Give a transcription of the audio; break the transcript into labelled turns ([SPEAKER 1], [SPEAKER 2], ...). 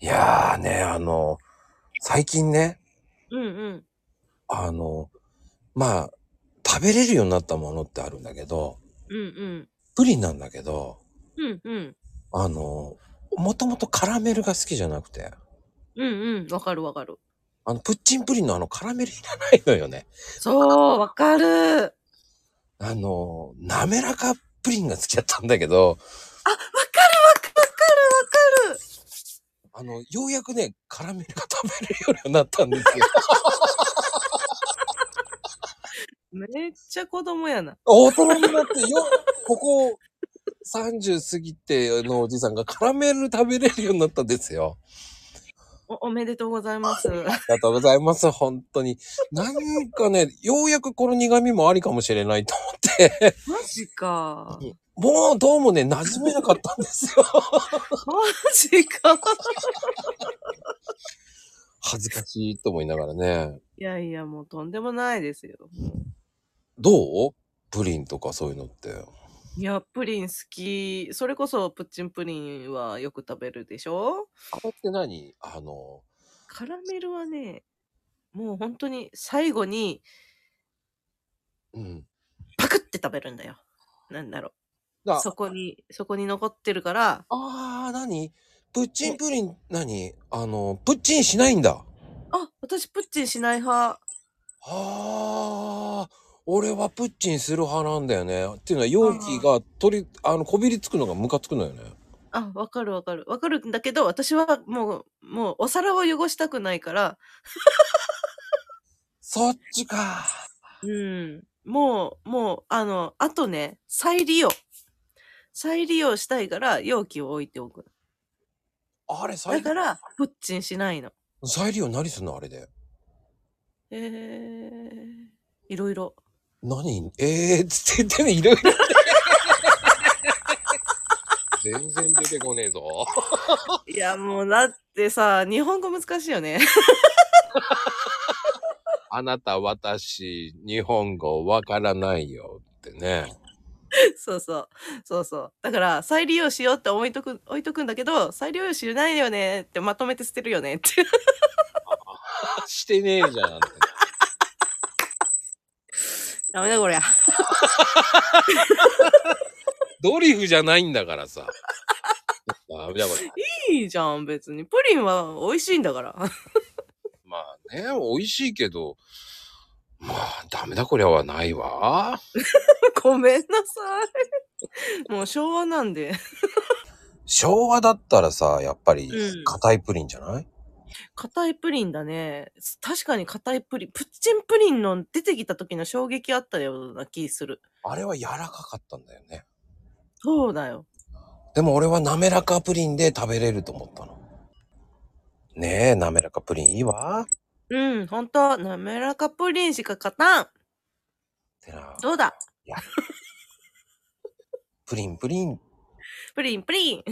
[SPEAKER 1] いやーね、あの、最近ね、
[SPEAKER 2] うんうん。
[SPEAKER 1] あの、まあ、食べれるようになったものってあるんだけど、
[SPEAKER 2] うん
[SPEAKER 1] プリンなんだけど、
[SPEAKER 2] うん。うんうん。
[SPEAKER 1] あの、もともとカラメルが好きじゃなくて、
[SPEAKER 2] うんうん。わかるわかる。
[SPEAKER 1] あの、プッチンプリンのあのカラメルいらないのよね。
[SPEAKER 2] そう、わかる。
[SPEAKER 1] あの、滑らかプリンが好きだったんだけど、あの、ようやくね、カラメルが食べれるようになったんですよ。
[SPEAKER 2] めっちゃ子供やな。
[SPEAKER 1] 大人になってよ、 ここ30過ぎてのおじさんがカラメル食べれるようになったんですよ。
[SPEAKER 2] おおめでとうございます。
[SPEAKER 1] ありがとうございます、本当に。なんかね、ようやくこの苦味もありかもしれないと思って、
[SPEAKER 2] マジか。
[SPEAKER 1] もうどうもね、馴染めなかったんですよ。
[SPEAKER 2] マジか。
[SPEAKER 1] 恥ずかしいと思いながらね。
[SPEAKER 2] いやいや、もうとんでもないですよ。
[SPEAKER 1] どうプリンとかそういうのって。
[SPEAKER 2] いや、プリン好き。それこそプッチンプリンはよく食べるでしょ
[SPEAKER 1] あれって何あの、
[SPEAKER 2] カラメルはね、もう本当に最後に
[SPEAKER 1] うん。
[SPEAKER 2] パクって食べるんだよ。なんだろ
[SPEAKER 1] だ
[SPEAKER 2] う。そこに、そこに残ってるから、
[SPEAKER 1] あー、何プッチンプリン、何あの、プッチンしないんだ。
[SPEAKER 2] あ、私プッチンしない派。
[SPEAKER 1] あー、俺はプッチンする派なんだよね。っていうのは容器が取り、あの、こびりつくのがムカつくのよね。
[SPEAKER 2] あ、わかるわかる。わかるんだけど、私はもう、もうお皿を汚したくないから、
[SPEAKER 1] そっちか。
[SPEAKER 2] うん。もう、もう、あの、あとね、再利用。再利用したいから、容器を置いておく。
[SPEAKER 1] あれ、再
[SPEAKER 2] だから、プッチンしないの。
[SPEAKER 1] 材料何すんのあれで。
[SPEAKER 2] えー、いろいろ。
[SPEAKER 1] 何ええー、つって言ってね、いろいろ。全然出てこねえぞ。
[SPEAKER 2] いや、もう、だってさ、日本語難しいよね。
[SPEAKER 1] あなた、私、日本語わからないよってね。
[SPEAKER 2] そうそう。そうそう。だから、再利用しようって置いとく、置いとくんだけど、再利用しないよねってまとめて捨てるよねって。
[SPEAKER 1] してねえじゃんって。
[SPEAKER 2] ダメだこりゃ。
[SPEAKER 1] ドリフじゃないんだからさ。あじゃあこれ
[SPEAKER 2] いいじゃん、別に。プリンは美味しいんだから。
[SPEAKER 1] まあね、美味しいけど、まあ、ダメだこりゃはないわ。
[SPEAKER 2] ごめんなさい。もう昭和なんで。
[SPEAKER 1] 昭和だったらさ、やっぱり
[SPEAKER 2] うん、
[SPEAKER 1] 硬いプリンじゃない、
[SPEAKER 2] 硬いプリンだね。確かに硬いプリン。プッチンプリンの出てきた時の衝撃あったような気する。
[SPEAKER 1] あれは柔らかかったんだよね。
[SPEAKER 2] そうだよ。
[SPEAKER 1] でも俺は滑らかプリンで食べれると思ったの。ねえ、滑らかプリンいいわ。っ
[SPEAKER 2] うん、ほんと。滑らかプリンしか勝たん。
[SPEAKER 1] てな。
[SPEAKER 2] どうだ
[SPEAKER 1] プリンプリン。
[SPEAKER 2] プリンプリン。